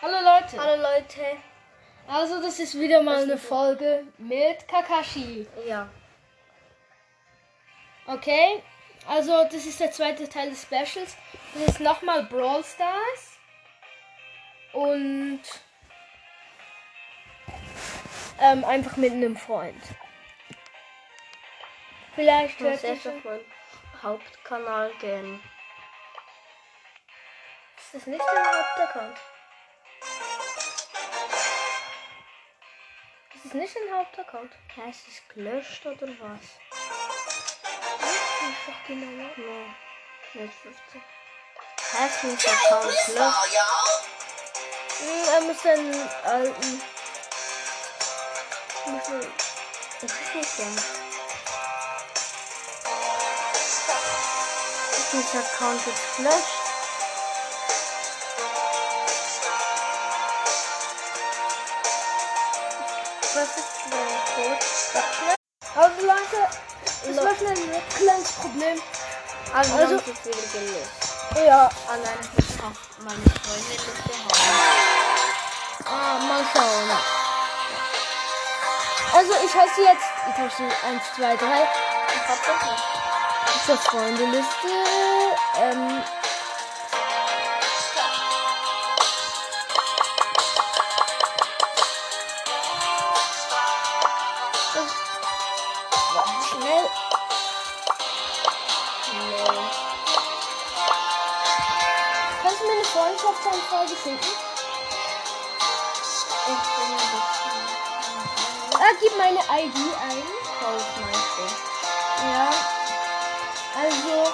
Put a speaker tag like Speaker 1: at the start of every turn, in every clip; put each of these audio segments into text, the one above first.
Speaker 1: Hallo Leute.
Speaker 2: Hallo Leute.
Speaker 1: Also das ist wieder mal eine Folge mit Kakashi.
Speaker 2: Ja.
Speaker 1: Okay? Also das ist der zweite Teil des Specials. Das ist nochmal Brawl Stars. Und ähm, einfach mit einem Freund. Vielleicht
Speaker 2: Ich muss
Speaker 1: hört ihr
Speaker 2: erst
Speaker 1: schon.
Speaker 2: auf meinen Hauptkanal gehen. Ist das nicht dein Hauptaccount?
Speaker 1: Das ist nicht ein Hauptaccount.
Speaker 2: Ja, ist es gelöscht oder was?
Speaker 1: Das ist doch genau.
Speaker 2: Nee. Nicht 15. Hä, ist mein Account gelöscht?
Speaker 1: Hm, er muss seinen alten. Muss er-
Speaker 2: Ich weiß nicht, ja. Ist mein Account jetzt gelöscht? Was ist denn gut?
Speaker 1: Also Leute, es
Speaker 2: Lo-
Speaker 1: war schon ein kleines Problem.
Speaker 2: Also,
Speaker 1: Also-
Speaker 2: also ist es wieder gelöscht.
Speaker 1: Ja,
Speaker 2: Allein ich auch meine Freundin das behauptet.
Speaker 1: ah, mal schauen. Also ich heiße jetzt, ich habe schon 1, 2, 3,
Speaker 2: Ich hab das nicht.
Speaker 1: zur Freundeliste. Ähm, warte, schnell.
Speaker 2: Nee.
Speaker 1: Kannst du mir eine Freundschaftsanfrage schicken?
Speaker 2: Ich bin ein bisschen.
Speaker 1: Ah, gib meine ID ein.
Speaker 2: Cold
Speaker 1: Ja. Also,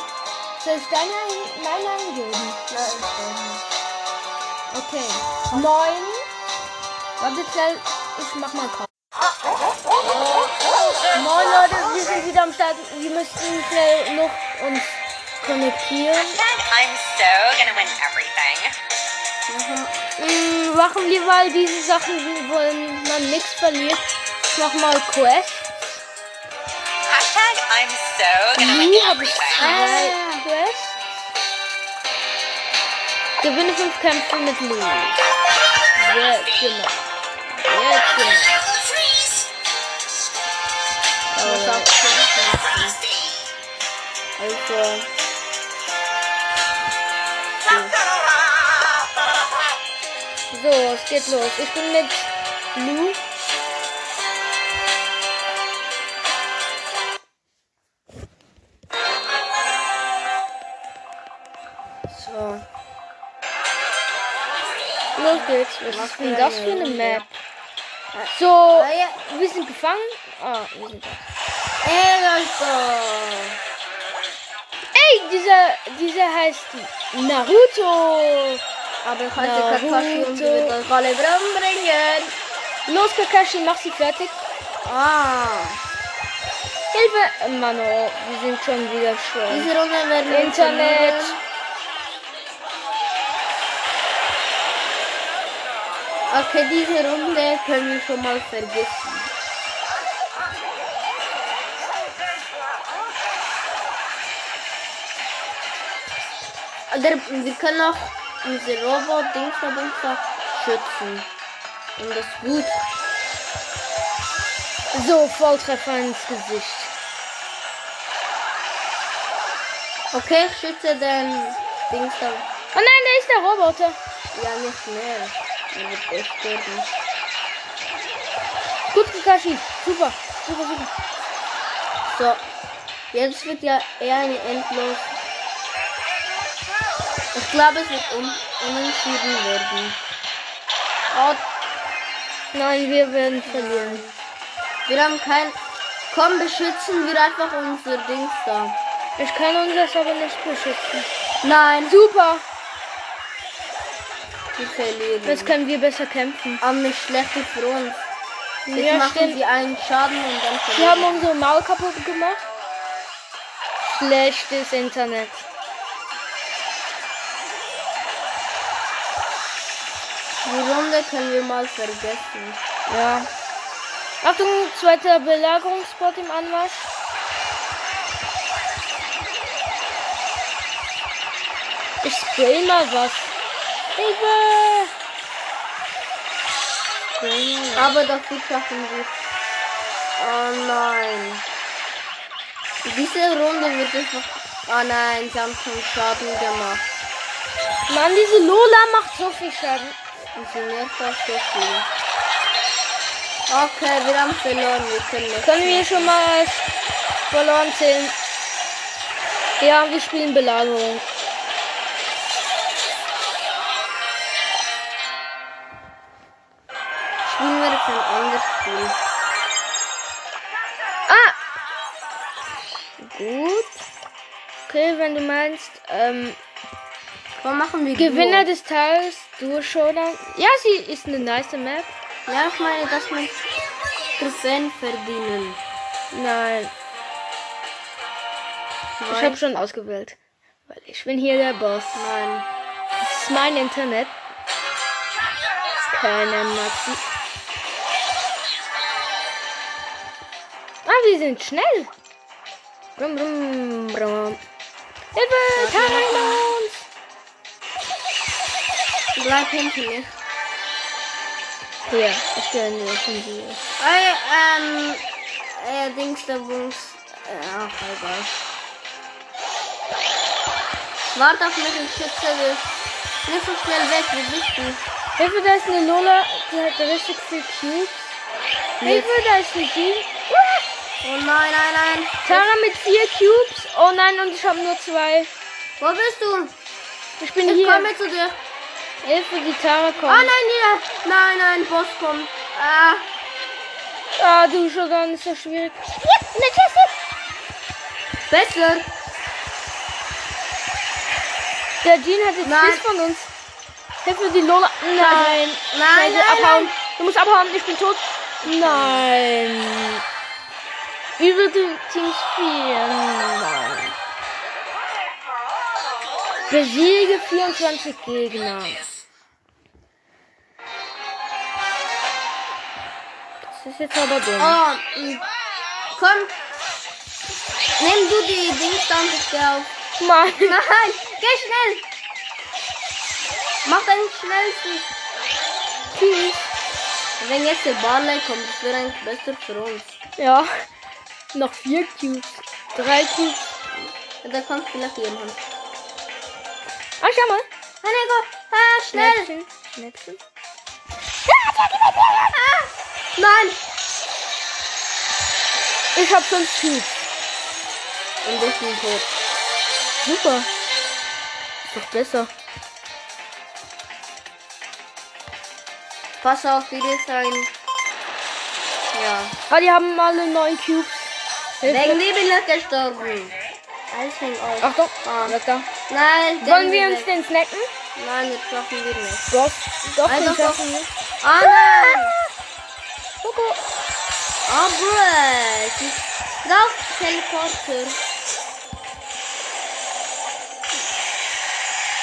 Speaker 1: soll ich deine, meine eingeben?
Speaker 2: Meister.
Speaker 1: Okay. Neun. Warte schnell, ich mach mal Kopf. Moin Leute, wir sind wieder am Start. Wir müssen schnell noch uns konnektieren.
Speaker 3: I'm so gonna win everything.
Speaker 1: Mm, machen wir mal diese Sachen, wo man nichts verliert. Ich mach mal Quest.
Speaker 3: Hashtag I'm so gonna win
Speaker 1: Nie habe ich
Speaker 3: everything.
Speaker 1: zwei Quests. Gewinne fünf Kämpfe mit Lou. Jetzt genau. Jetzt genau.
Speaker 2: Ich hab das nicht.
Speaker 1: Also. So, es geht los. Ich bin mit Lou. So. Los geht's. Was ist denn das für eine Äh, Ah, Map? So, wir sind gefangen. Ah, wir sind
Speaker 2: Ey, Leute.
Speaker 1: Ey, dieser, dieser heißt Naruto.
Speaker 2: Aber ich
Speaker 1: Na,
Speaker 2: hatte um Kakashi und
Speaker 1: gut.
Speaker 2: sie wird euch alle rumbringen.
Speaker 1: Los, Kakashi, mach sie fertig.
Speaker 2: Ah.
Speaker 1: Hilfe! Äh, Mann, oh, wir sind schon wieder schön.
Speaker 2: Diese Runde werden wir
Speaker 1: Internet.
Speaker 2: verlieren. Okay, diese Runde können wir schon mal vergessen. Oder wir können auch unsere Robot-Dings da Dings da schützen. Und das ist gut.
Speaker 1: So, Volltreffer ins Gesicht.
Speaker 2: Okay, ich schütze den Dings da.
Speaker 1: Oh nein, da ist der Roboter.
Speaker 2: Ja, nicht mehr. Er wird echt sterben.
Speaker 1: Gut, Kakashi. Super, super, super.
Speaker 2: So, jetzt wird ja eher eine endlos. Ich glaube, es wird un unentschieden werden.
Speaker 1: Oh. Nein, wir werden verlieren.
Speaker 2: Wir haben kein. Komm, beschützen wir einfach unser Dings da.
Speaker 1: Ich kann uns das aber nicht beschützen.
Speaker 2: Nein,
Speaker 1: Super,
Speaker 2: wir verlieren.
Speaker 1: jetzt können wir besser kämpfen.
Speaker 2: aber nicht schlecht für uns. Jetzt
Speaker 1: Ja,
Speaker 2: machen
Speaker 1: stimmt.
Speaker 2: sie einen Schaden und dann
Speaker 1: Wir haben
Speaker 2: verlieren.
Speaker 1: unsere Maul kaputt gemacht. Schlechtes Internet.
Speaker 2: Die Runde können wir mal vergessen.
Speaker 1: Ja. Achtung, zweiter Belagerungsspot im Anmarsch. Ich spray mal was. Hilfe! Junge.
Speaker 2: Aber dafür schaffen wir Oh nein. Diese Runde wird einfach. Oh nein, sie haben schon Schaden gemacht.
Speaker 1: Mann, diese Lola macht so viel Schaden.
Speaker 2: Und sie nervt auch so viel. Okay, wir haben verloren. Wir können nicht.
Speaker 1: Können wir schon mal als verloren zählen? Ja, wir spielen Belagerung.
Speaker 2: Spielen wir jetzt ein anderes Spiel.
Speaker 1: Ah! Gut. Okay, wenn du meinst, ähm,
Speaker 2: Komm, machen wir
Speaker 1: Gewinner des Tages, Duo Showdown. Ja, sie ist eine nice Map.
Speaker 2: Duo. Ja, ich meine, dass wir Trophäen verdienen.
Speaker 1: Nein, ich
Speaker 2: Nein.
Speaker 1: habe schon ausgewählt. Weil ich bin hier der Boss.
Speaker 2: Nein.
Speaker 1: Das ist mein Internet. Keine Maxi. Ah, wir sind schnell. Brum, brum, brum. Hilfe, kein uns.
Speaker 2: Bleib hinter mir.
Speaker 1: Hier, ich stelle nur von dir.
Speaker 2: Ey, ähm, äh, Dings der Bums. Äh, ach, egal. Warte auf mich, ich schütze dich. Nicht so schnell weg, wie bist du?
Speaker 1: Hilfe, da ist eine Lola, die hat richtig viel Cubes. Hilfe, da ist eine Jean. Ah,
Speaker 2: Oh nein, nein, nein.
Speaker 1: Tara mit vier Cubes. Oh nein, und ich habe nur zwei.
Speaker 2: Wo bist du?
Speaker 1: Ich bin
Speaker 2: Ich
Speaker 1: hier.
Speaker 2: komme zu dir.
Speaker 1: Hilfe, die Tara
Speaker 2: Oh
Speaker 1: kommt.
Speaker 2: nein, die, nein, nein, Boss kommt. Ah,
Speaker 1: Ah, du Shogun ist so schwierig. Yes, eine Kiste.
Speaker 2: besser.
Speaker 1: Der Jean hat jetzt
Speaker 2: Nein.
Speaker 1: nichts von uns. Hilfe, die Lola. Nein.
Speaker 2: Nein,
Speaker 1: Scheiße,
Speaker 2: nein,
Speaker 1: abhauen. Du musst abhauen, ich bin tot. Nein. Übel Team 4. Nein. Besiege 24 Gegner. Das ist jetzt aber dumm.
Speaker 2: Oh, mm. komm. Nimm du die Dings dann auf.
Speaker 1: Mann.
Speaker 2: Nein, geh schnell. Mach dein schnellstes.
Speaker 1: Tschüss.
Speaker 2: Wenn jetzt der Barley kommt, das wäre eigentlich besser für uns.
Speaker 1: Ja. Noch vier Cubes. Drei Cubes.
Speaker 2: Da kommt vielleicht jemand.
Speaker 1: Ah, schau mal.
Speaker 2: Ah, nein, go. Ah, schnell.
Speaker 1: Schnäppchen. Schnäppchen.
Speaker 2: Ah, nein.
Speaker 1: Ich hab schon Cubes.
Speaker 2: Und ich bin tot.
Speaker 1: Super. Ist doch besser.
Speaker 2: Pass auf, wie das sein. Ja.
Speaker 1: Ah, die haben alle neun Cubes.
Speaker 2: Wegen dir bin ich gestorben. Alles hängt auf.
Speaker 1: Achtung. Ah, weg da.
Speaker 2: Nein, gehen
Speaker 1: Wollen wir
Speaker 2: wir
Speaker 1: uns
Speaker 2: weg.
Speaker 1: den snacken?
Speaker 2: Nein, das schaffen wir nicht.
Speaker 1: Doch. Doch,
Speaker 2: Nein,
Speaker 1: den
Speaker 2: doch, doch.
Speaker 1: schaffen wir.
Speaker 2: Ah, nein.
Speaker 1: Coco.
Speaker 2: Oh, bruh. Es ist- Lauf, Teleporter.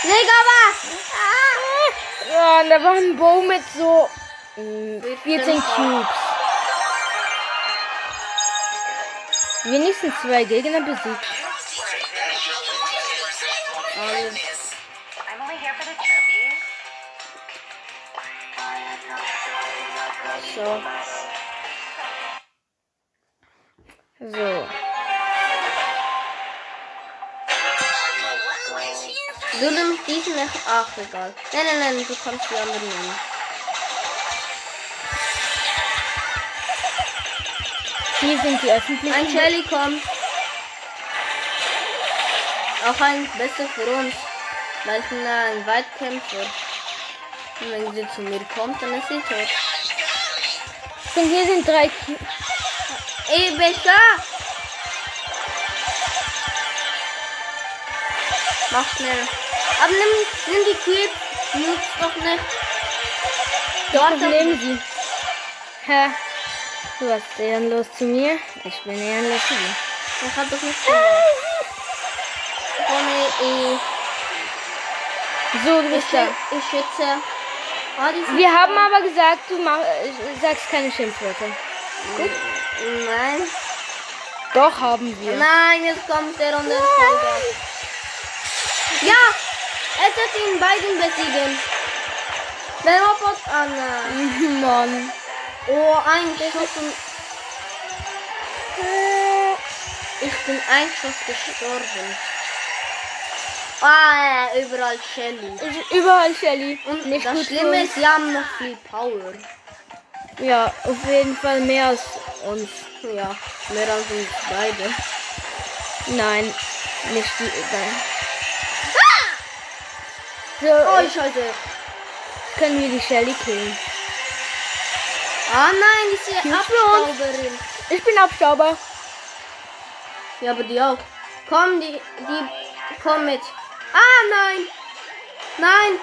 Speaker 2: Digga, was? Ah.
Speaker 1: Ja, und da war ein Bow mit so mm, 14
Speaker 2: 14
Speaker 1: Cubes. Wenigstens zwei Gegner besiegt.
Speaker 3: I'm only here for the trophies.
Speaker 2: So.
Speaker 1: So.
Speaker 2: Du nimmst diesen nach. Ach, egal. Nein, nein, nein, du kannst die anderen nehmen.
Speaker 1: Hier sind die öffentlichen.
Speaker 2: Ein Shelly kommt. Auch ein besser für uns. Weil ich bin ein Weitkämpfer. Und wenn sie zu mir kommt, dann ist sie tot.
Speaker 1: Und hier sind drei Cubes.
Speaker 2: Ey, besser! Mach schnell. Aber nimm, nimm die Creep. Nutzt doch nicht.
Speaker 1: Doch,
Speaker 2: Warte.
Speaker 1: nehmen sie. Hä? Du warst ehrenlos zu mir. Ich bin ehrenlos zu dir.
Speaker 2: Ich hab doch nichts gemacht. Ohne eh.
Speaker 1: So, du
Speaker 2: Ich,
Speaker 1: bist da.
Speaker 2: schü- ich schütze. Ah, die sind-
Speaker 1: Wir haben aber gesagt, du mach, äh, sagst keine Schimpfwörter.
Speaker 2: Nein.
Speaker 1: Doch, haben wir.
Speaker 2: Nein, jetzt kommt der und der Zauber. Ja! Es hat ihn beiden besiegen. Wer war Bot? Ah, nein.
Speaker 1: Mann.
Speaker 2: Oh, ein Schuss und... Äh, Ich bin ein Schuss gestorben. Ah, überall Shelly.
Speaker 1: Also Überall Shelly.
Speaker 2: Und
Speaker 1: nicht
Speaker 2: das
Speaker 1: gut
Speaker 2: Schlimme
Speaker 1: für
Speaker 2: ist, sie haben noch viel Power.
Speaker 1: uns. Ja, auf jeden Fall mehr als uns.
Speaker 2: Ja, mehr als uns beide.
Speaker 1: Nein, nicht die. Nein. So,
Speaker 2: Ah! Oh,
Speaker 1: jetzt
Speaker 2: ich halte.
Speaker 1: können wir die Shelly killen.
Speaker 2: Ah nein, diese
Speaker 1: Kill für uns.
Speaker 2: Abstauberin.
Speaker 1: Ich bin Abstauber.
Speaker 2: Ja, aber die auch. Komm, die, die, komm mit. Ah nein. Nein.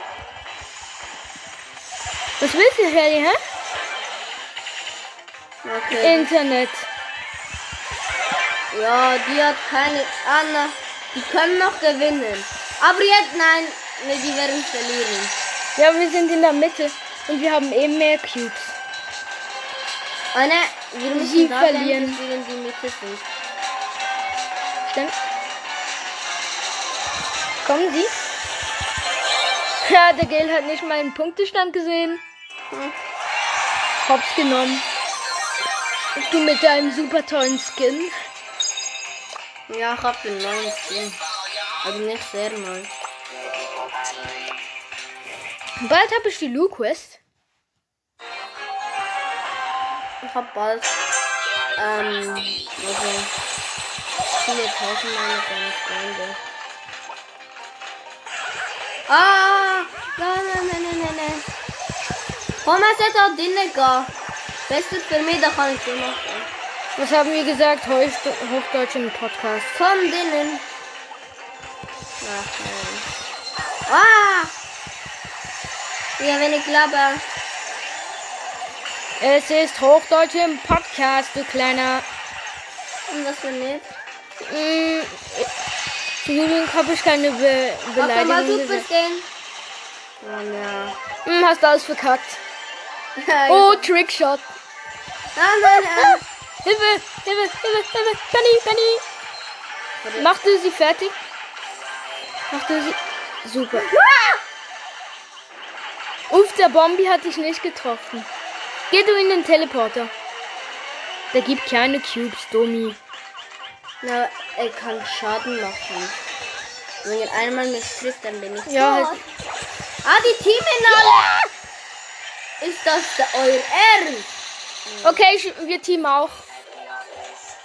Speaker 1: Was willst du, Shelly, hä?
Speaker 2: Okay.
Speaker 1: Internet.
Speaker 2: Ja, die hat keine Ahnung. Die können noch gewinnen. Aber jetzt, nein, nee, die werden verlieren.
Speaker 1: Ja, wir sind in der Mitte und wir haben eben mehr Cubes.
Speaker 2: Ah ne, wir müssen
Speaker 1: Sie
Speaker 2: da
Speaker 1: verlieren.
Speaker 2: kämpfen, wenn die Mitte sind.
Speaker 1: Stimmt. Kommen sie? Ja, der Gale hat nicht meinen Punktestand gesehen.
Speaker 2: Hm.
Speaker 1: Hops genommen. Und du mit deinem super tollen Skin.
Speaker 2: Ja, ich hab den neuen Skin. Also nicht sehr neu.
Speaker 1: Bald habe ich die Lu-Quest.
Speaker 2: Ich hab bald. Ähm, also. Viele tausend meine kleinen Freunde. Ah! Nein, nein, nein, nein, nein, nein. Komm, es ist auch drinnen gehen. Besser für mich, da kann ich so machen.
Speaker 1: Was haben wir gesagt? Heus- Hochdeutsch im Podcast.
Speaker 2: Komm, drinnen. Ach, nein. Ah! Ja, wenn ich glaube.
Speaker 1: Es ist Hochdeutsch im Podcast, du kleiner.
Speaker 2: Und was für nicht?
Speaker 1: Mm, zu Julian habe ich keine Be
Speaker 2: Warte mal,
Speaker 1: Beleidigung
Speaker 2: du
Speaker 1: gesagt.
Speaker 2: bist denn. Oh, ja.
Speaker 1: Mm, hast alles verkackt.
Speaker 2: Oh,
Speaker 1: Oh, Trickshot.
Speaker 2: nein, nein, nein.
Speaker 1: Hilfe, Hilfe, Hilfe, Hilfe. Penny, Penny. Machte sie fertig. Machte sie. Super. Uff, der Bombi hat dich nicht getroffen. Geh du in den Teleporter. Da gibt keine Cubes, Domi.
Speaker 2: Na, er kann Schaden machen. Wenn ihr einmal mich trifft, dann bin ich
Speaker 1: Ja,
Speaker 2: tot. Ah, die Teamfinale! Ist das da euer Ernst?
Speaker 1: Okay, ich, wir Team auch.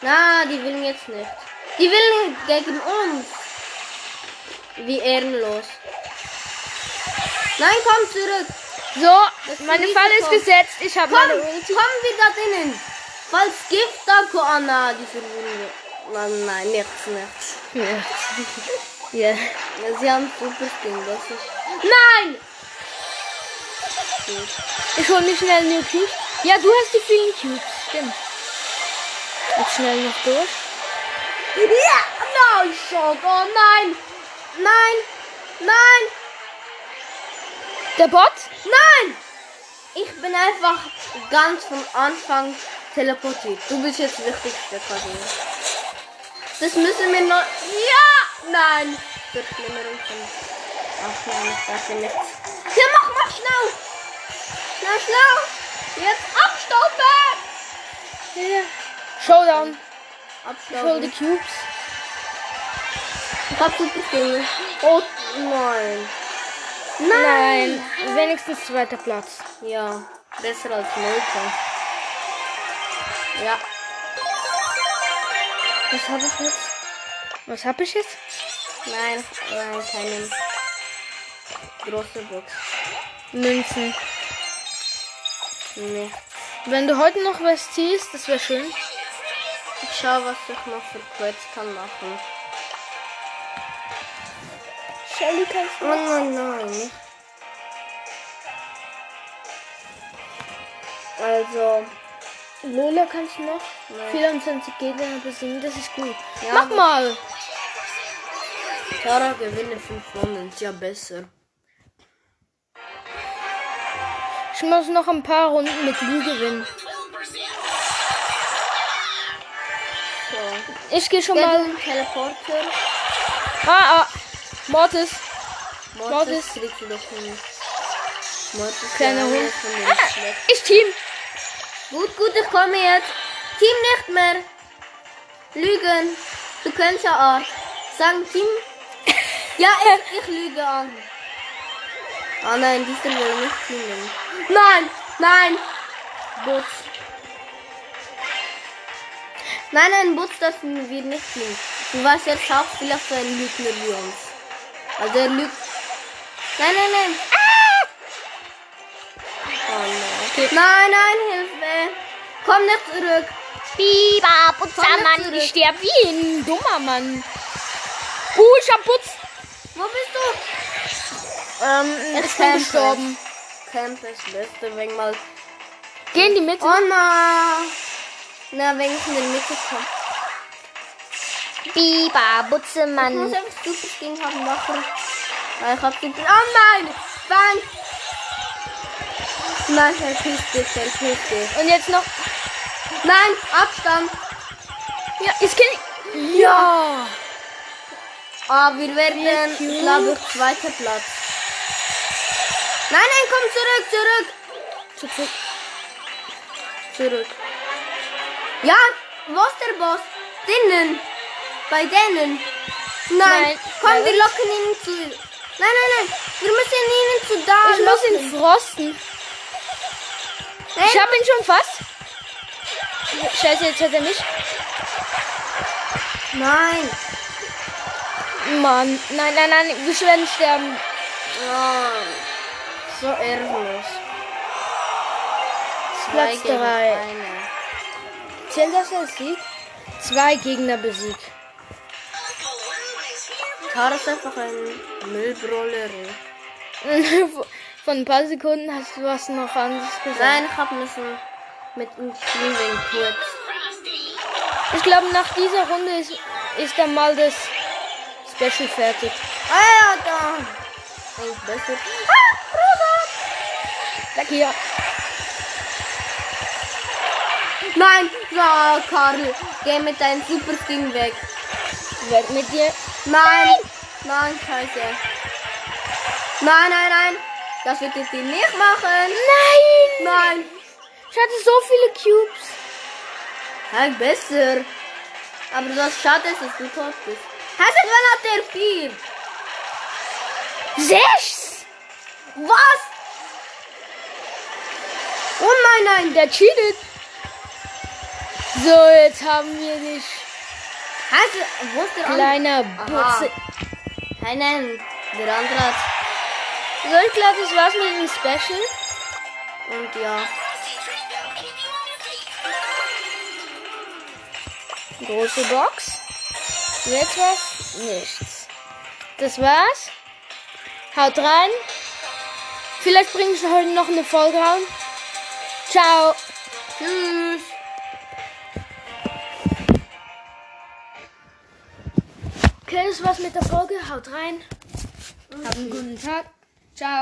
Speaker 2: Na, die will jetzt nicht. Die will gegen uns. Wie ehrenlos. Nein, komm zurück. Das
Speaker 1: So, meine
Speaker 2: ist
Speaker 1: Falle ist
Speaker 2: Risiko.
Speaker 1: gesetzt. Ich habe
Speaker 2: Komm,
Speaker 1: meine.
Speaker 2: komm wieder drinnen. Falls Gift da, Ah, Koana, die verwundet. Nein, nein, nichts, nichts.
Speaker 1: Ja. Ja.
Speaker 2: Ja, Sie haben super Skin, das ist. Nein!
Speaker 1: Ich hol mir schnell New Cubes. Ja, du hast die vielen Cubes. Stimmt. Jetzt schnell noch durch.
Speaker 2: Ja! Nein, Schott! Oh nein! Nein! Nein!
Speaker 1: Der Bot?
Speaker 2: Nein! Ich bin einfach ganz vom Anfang teleportiert. Du bist jetzt wirklich der Karin. Das müssen wir noch. Ja! Nein! Verklimmerung von. Ach nein, ich dachte nichts. Ja, mach mal schnell! Schnell, schnell! Jetzt abstauben!
Speaker 1: Showdown. Ich hol die
Speaker 2: Abstauben.
Speaker 1: Cubes.
Speaker 2: Ich hab super Dinge. Oh nein.
Speaker 1: Nein. Wenigstens zweiter Platz.
Speaker 2: Ja, besser als Molke. Ja.
Speaker 1: Was habe ich jetzt? Was habe ich jetzt?
Speaker 2: Nein, nein, keine große Box.
Speaker 1: Münzen.
Speaker 2: Nee.
Speaker 1: Wenn du heute noch was ziehst, das wäre schön.
Speaker 2: Ich schau, was ich noch für Quetz kann machen.
Speaker 1: Shelly kannst
Speaker 2: Oh nein, nein. Also,
Speaker 1: Lola kannst du noch.
Speaker 2: Nein.
Speaker 1: 24 Gegner besiegen, das ist gut.
Speaker 2: Ja,
Speaker 1: Mach
Speaker 2: aber-
Speaker 1: mal.
Speaker 2: Tara gewinne 5 Runden, ist ja besser.
Speaker 1: Ich muss noch ein paar Runden mit Lü gewinnen.
Speaker 2: So.
Speaker 1: Ich gehe schon mal.
Speaker 2: Mal Teleporter.
Speaker 1: Ah, ah. Mortis.
Speaker 2: Mortis
Speaker 1: Mortis.
Speaker 2: kriegt sie doch hin. Mord ist
Speaker 1: Kleiner
Speaker 2: leider
Speaker 1: Hund.
Speaker 2: von dem
Speaker 1: Ah,
Speaker 2: Schleck.
Speaker 1: ich team.
Speaker 2: Gut, gut, ich komme jetzt. Team nicht mehr. Lügen. Du kannst ja auch sagen, Team. Ja, ich, ich lüge an. Ah nein, die sind wohl nicht Team. nehmen. Nein, nein. Butz. Nein, nein, Butz dürfen wir nicht Team. Du warst jetzt Schauspieler für einen Lügner wie uns. Also er lügt. Nein, nein, nein. Oh nein. Nein, nein, Hilfe. Komm nicht zurück.
Speaker 1: Biber,
Speaker 2: Komm
Speaker 1: Putzermann,
Speaker 2: jetzt
Speaker 1: ich sterb wie ein dummer Mann. Uh, ich hab Putz.
Speaker 2: Wo bist du?
Speaker 1: Ähm,
Speaker 2: ich
Speaker 1: ich bin
Speaker 2: kämpfe.
Speaker 1: gestorben.
Speaker 2: Camp ist beste wegen mal.
Speaker 1: Geh in die Mitte.
Speaker 2: Oh nein. Na, wenn ich in der Mitte komme.
Speaker 1: Biber,
Speaker 2: Ich
Speaker 1: Putzemann.
Speaker 2: muss einfach super Ding haben machen. Weil ich hab die. Oh nein! Bang! Nein, halt, er pisst dich, er pisst dich.
Speaker 1: Und jetzt noch.
Speaker 2: Nein, Abstand!
Speaker 1: Ja, ich kill. Ja.
Speaker 2: Ah, wir werden,
Speaker 1: Thank you.
Speaker 2: glaube ich, zweiter Platz. Nein, nein, komm zurück, zurück!
Speaker 1: Zurück.
Speaker 2: Zurück. Ja, wo ist der Boss? Denen. Bei denen. Nein.
Speaker 1: Nein.
Speaker 2: Komm,
Speaker 1: Nein.
Speaker 2: wir locken ihn zu. Nein, nein, nein. Wir müssen ihn zu da.
Speaker 1: Oh, Ich muss ihn frosten.
Speaker 2: Nein.
Speaker 1: Ich hab ihn schon fast. Scheiße, jetzt hat er mich.
Speaker 2: nein.
Speaker 1: Mann. Nein, nein, nein. Wir werden sterben.
Speaker 2: Nein. So ehrenlos.
Speaker 1: Platz
Speaker 2: Zwei gegen
Speaker 1: drei.
Speaker 2: einen.
Speaker 1: Zählt das als Sieg? Zwei Gegner besiegt.
Speaker 2: Tara ist einfach ein Müllbroller.
Speaker 1: Von ein paar Sekunden hast du was noch anderes gesagt.
Speaker 2: Nein, ich hab müssen mit dem Spiel wegen kurz.
Speaker 1: Ich glaube, nach dieser Runde ist, ist dann mal das Special fertig.
Speaker 2: Alter. Eigentlich besser. Ah, Robert.
Speaker 1: Sag hier.
Speaker 2: Nein, ja, Karl, geh mit deinem Superskin weg.
Speaker 1: Werd mit dir.
Speaker 2: Nein, nein, scheiße. Nein, nein, nein, das wird jetzt die nicht machen.
Speaker 1: Nein!
Speaker 2: Nein,
Speaker 1: Ich hatte so viele Cubes.
Speaker 2: halt besser. Aber das schade ist, dass du tot bist. Hast du mal auf der vier?
Speaker 1: Sechs!
Speaker 2: Was?
Speaker 1: Oh nein, nein, der cheatet. So, jetzt haben wir dich.
Speaker 2: Hast du, wo ist der andere?
Speaker 1: Kleiner
Speaker 2: Aha.
Speaker 1: Butze.
Speaker 2: Nein, nein, der andere hat.
Speaker 1: So, ich glaube, das war's mit dem Special.
Speaker 2: Und ja,
Speaker 1: Große Box. Jetzt was? Nichts. Das war's. Haut rein. Vielleicht bringe ich heute noch eine Folge raus. Ciao.
Speaker 2: tschüss.
Speaker 1: Okay, das war's mit der Folge. Haut rein. Habt einen guten Tag. Ciao.